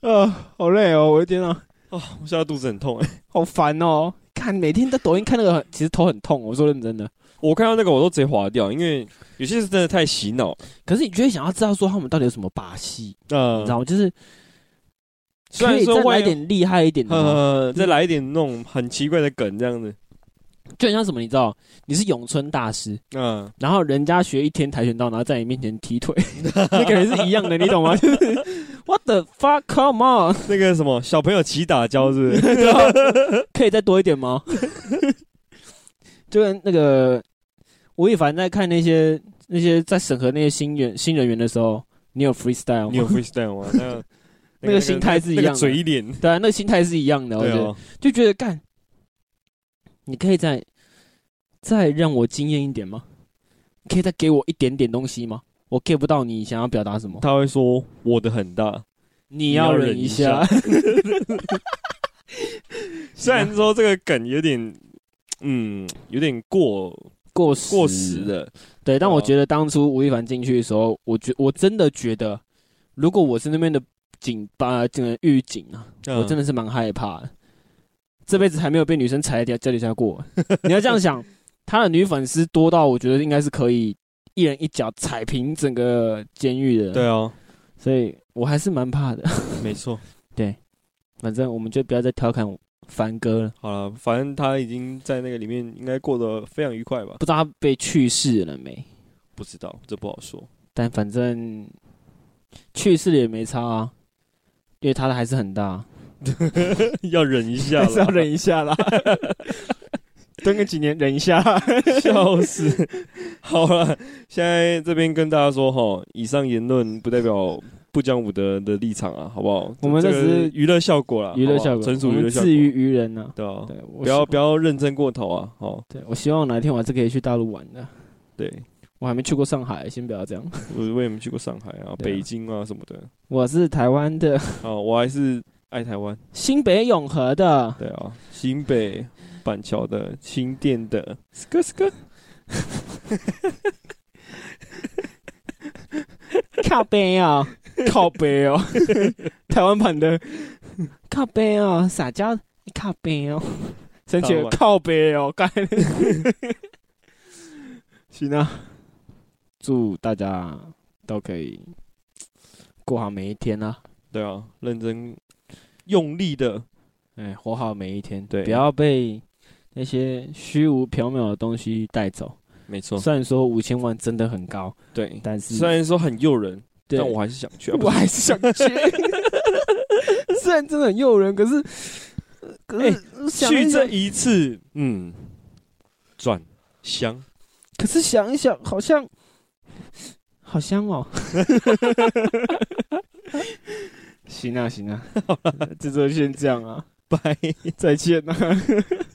[SPEAKER 3] 啊，好累哦，我的天啊，
[SPEAKER 2] 我现在肚子很痛哎、
[SPEAKER 3] 好烦哦！看每天在抖音看那个，其实头很痛。我说认真的，
[SPEAKER 2] 我看到那个我都直接划掉，因为有些是真的太洗脑。
[SPEAKER 3] 可是你就会想要知道说他们到底有什么把戏，你
[SPEAKER 2] 嗯
[SPEAKER 3] 知，道吗？就是
[SPEAKER 2] 虽
[SPEAKER 3] 可
[SPEAKER 2] 然
[SPEAKER 3] 以
[SPEAKER 2] 说
[SPEAKER 3] 再来
[SPEAKER 2] 会
[SPEAKER 3] 点厉害一 [laughs] 点的吗，
[SPEAKER 2] 呃， [laughs] 再来一点那种很奇怪的梗这样子。
[SPEAKER 3] 就很像什么，你知道，你是咏春大师，
[SPEAKER 2] 嗯，
[SPEAKER 3] 然后人家学一天跆拳道，然后在你面前踢
[SPEAKER 2] [laughs]
[SPEAKER 3] 腿，那感觉是一样的，你懂吗？就是 What the fuck, come
[SPEAKER 2] [laughs]
[SPEAKER 3] on！
[SPEAKER 2] 那个什么小朋友起打胶是
[SPEAKER 3] [laughs]
[SPEAKER 2] 不是
[SPEAKER 3] 可以再多一点
[SPEAKER 2] [laughs]
[SPEAKER 3] 吗？就跟那个吴亦凡在看那些那些在审核那些新人新人员的时候，你有 freestyle
[SPEAKER 2] 你有
[SPEAKER 3] 吗？
[SPEAKER 2] freestyle 吗？那个
[SPEAKER 3] [laughs] 那个心态是一
[SPEAKER 2] 那
[SPEAKER 3] 样的，
[SPEAKER 2] 个嘴脸，
[SPEAKER 3] 对啊，那个心态是一样的，我
[SPEAKER 2] 对
[SPEAKER 3] 觉得、
[SPEAKER 2] 哦，
[SPEAKER 3] 就觉得干，你可以再再让我惊艳一点吗？可以再给我一点点东西吗？我 get 不到你想要表达什么，
[SPEAKER 2] 他会说我的
[SPEAKER 3] [laughs]
[SPEAKER 2] 很大。
[SPEAKER 3] 你要忍一下。
[SPEAKER 2] 虽然说这个梗有点，嗯，有点过
[SPEAKER 3] 过时
[SPEAKER 2] 过时了。
[SPEAKER 3] 对，但我
[SPEAKER 2] 对啊
[SPEAKER 3] 觉得当初吴亦凡进去的时候，我觉我真的觉得，如果我是那边的警吧，这个狱警啊，我真
[SPEAKER 2] 的
[SPEAKER 3] 的是蛮害怕的。这辈子还没有被女生踩在脚底下过。 [laughs] 你要这样想，他的女粉丝多到我觉得应该是可以一人一脚踩平整个监狱的。
[SPEAKER 2] 对，哦，
[SPEAKER 3] 所以我还是蛮怕的。 [laughs]
[SPEAKER 2] 没错。
[SPEAKER 3] 反正我们就不要再调侃凡哥了，
[SPEAKER 2] 好了，反正他已经在那个里面应该过得非常愉快吧？
[SPEAKER 3] 不知道他被去世了没？
[SPEAKER 2] 不知道，这不
[SPEAKER 3] [laughs]
[SPEAKER 2] 好说。
[SPEAKER 3] 但反正去世了也没差啊，因为他的还是很大。
[SPEAKER 2] 要忍一下
[SPEAKER 3] 还 [laughs] 是要
[SPEAKER 2] 了，
[SPEAKER 3] 忍一下
[SPEAKER 2] [laughs]
[SPEAKER 3] 啦。蹲个几年，忍一下。
[SPEAKER 2] [laughs] 笑死。好了，现在这边跟大家说哈，以上言论不代表不讲武德的立场啊，好不好？
[SPEAKER 3] [laughs] 我们
[SPEAKER 2] 这
[SPEAKER 3] 这
[SPEAKER 2] 个
[SPEAKER 3] 只是
[SPEAKER 2] 娱乐效果啦，
[SPEAKER 3] 娱乐
[SPEAKER 2] 好不好
[SPEAKER 3] 效果，
[SPEAKER 2] 纯属娱乐效果，
[SPEAKER 3] 至于于人呢、
[SPEAKER 2] 对啊
[SPEAKER 3] 对，我
[SPEAKER 2] 不要
[SPEAKER 3] 希
[SPEAKER 2] 不要认真过头啊！哦，
[SPEAKER 3] 对我希望哪一天我还是可以去大陆玩的。
[SPEAKER 2] 对
[SPEAKER 3] 我还没去过上海，先不要这样。 [laughs]
[SPEAKER 2] 我我也没去过上海啊、
[SPEAKER 3] 对啊
[SPEAKER 2] 北京啊什么的
[SPEAKER 3] 我是台湾的，
[SPEAKER 2] 啊，我还是爱台湾。
[SPEAKER 3] 新北永和的，
[SPEAKER 2] 对啊，新北、板桥的、新店的，斯哥斯哥，
[SPEAKER 3] 靠北
[SPEAKER 2] [laughs]
[SPEAKER 3] 啊，靠北哦，台湾版的，靠北哦，撒娇，靠北哦，神奇
[SPEAKER 2] 台
[SPEAKER 3] 的
[SPEAKER 2] 湾
[SPEAKER 3] 靠北哦，
[SPEAKER 2] [laughs]
[SPEAKER 3] 干。行啊，祝大家都可以过好每一天啊，
[SPEAKER 2] 对啊，认真用力的
[SPEAKER 3] 哎，活好每一天，
[SPEAKER 2] 对
[SPEAKER 3] 不要被那些虚无缥缈的东西带走。
[SPEAKER 2] 没错，
[SPEAKER 3] 虽然说五千万真的很高，
[SPEAKER 2] 对。
[SPEAKER 3] 但是
[SPEAKER 2] 虽然说很诱人，
[SPEAKER 3] 对
[SPEAKER 2] 但我还是想去。啊
[SPEAKER 3] [laughs]
[SPEAKER 2] 不
[SPEAKER 3] 我
[SPEAKER 2] 是
[SPEAKER 3] 还是想去。虽然真的很诱人，可是呃可是、想一
[SPEAKER 2] 去
[SPEAKER 3] 想
[SPEAKER 2] 这一次，嗯，转香，
[SPEAKER 3] 可是想一想，好像好香 [laughs] 哦。 [laughs] 行啊，行啊，这周先这样啊， [laughs]
[SPEAKER 2] 拜。
[SPEAKER 3] 再见啊。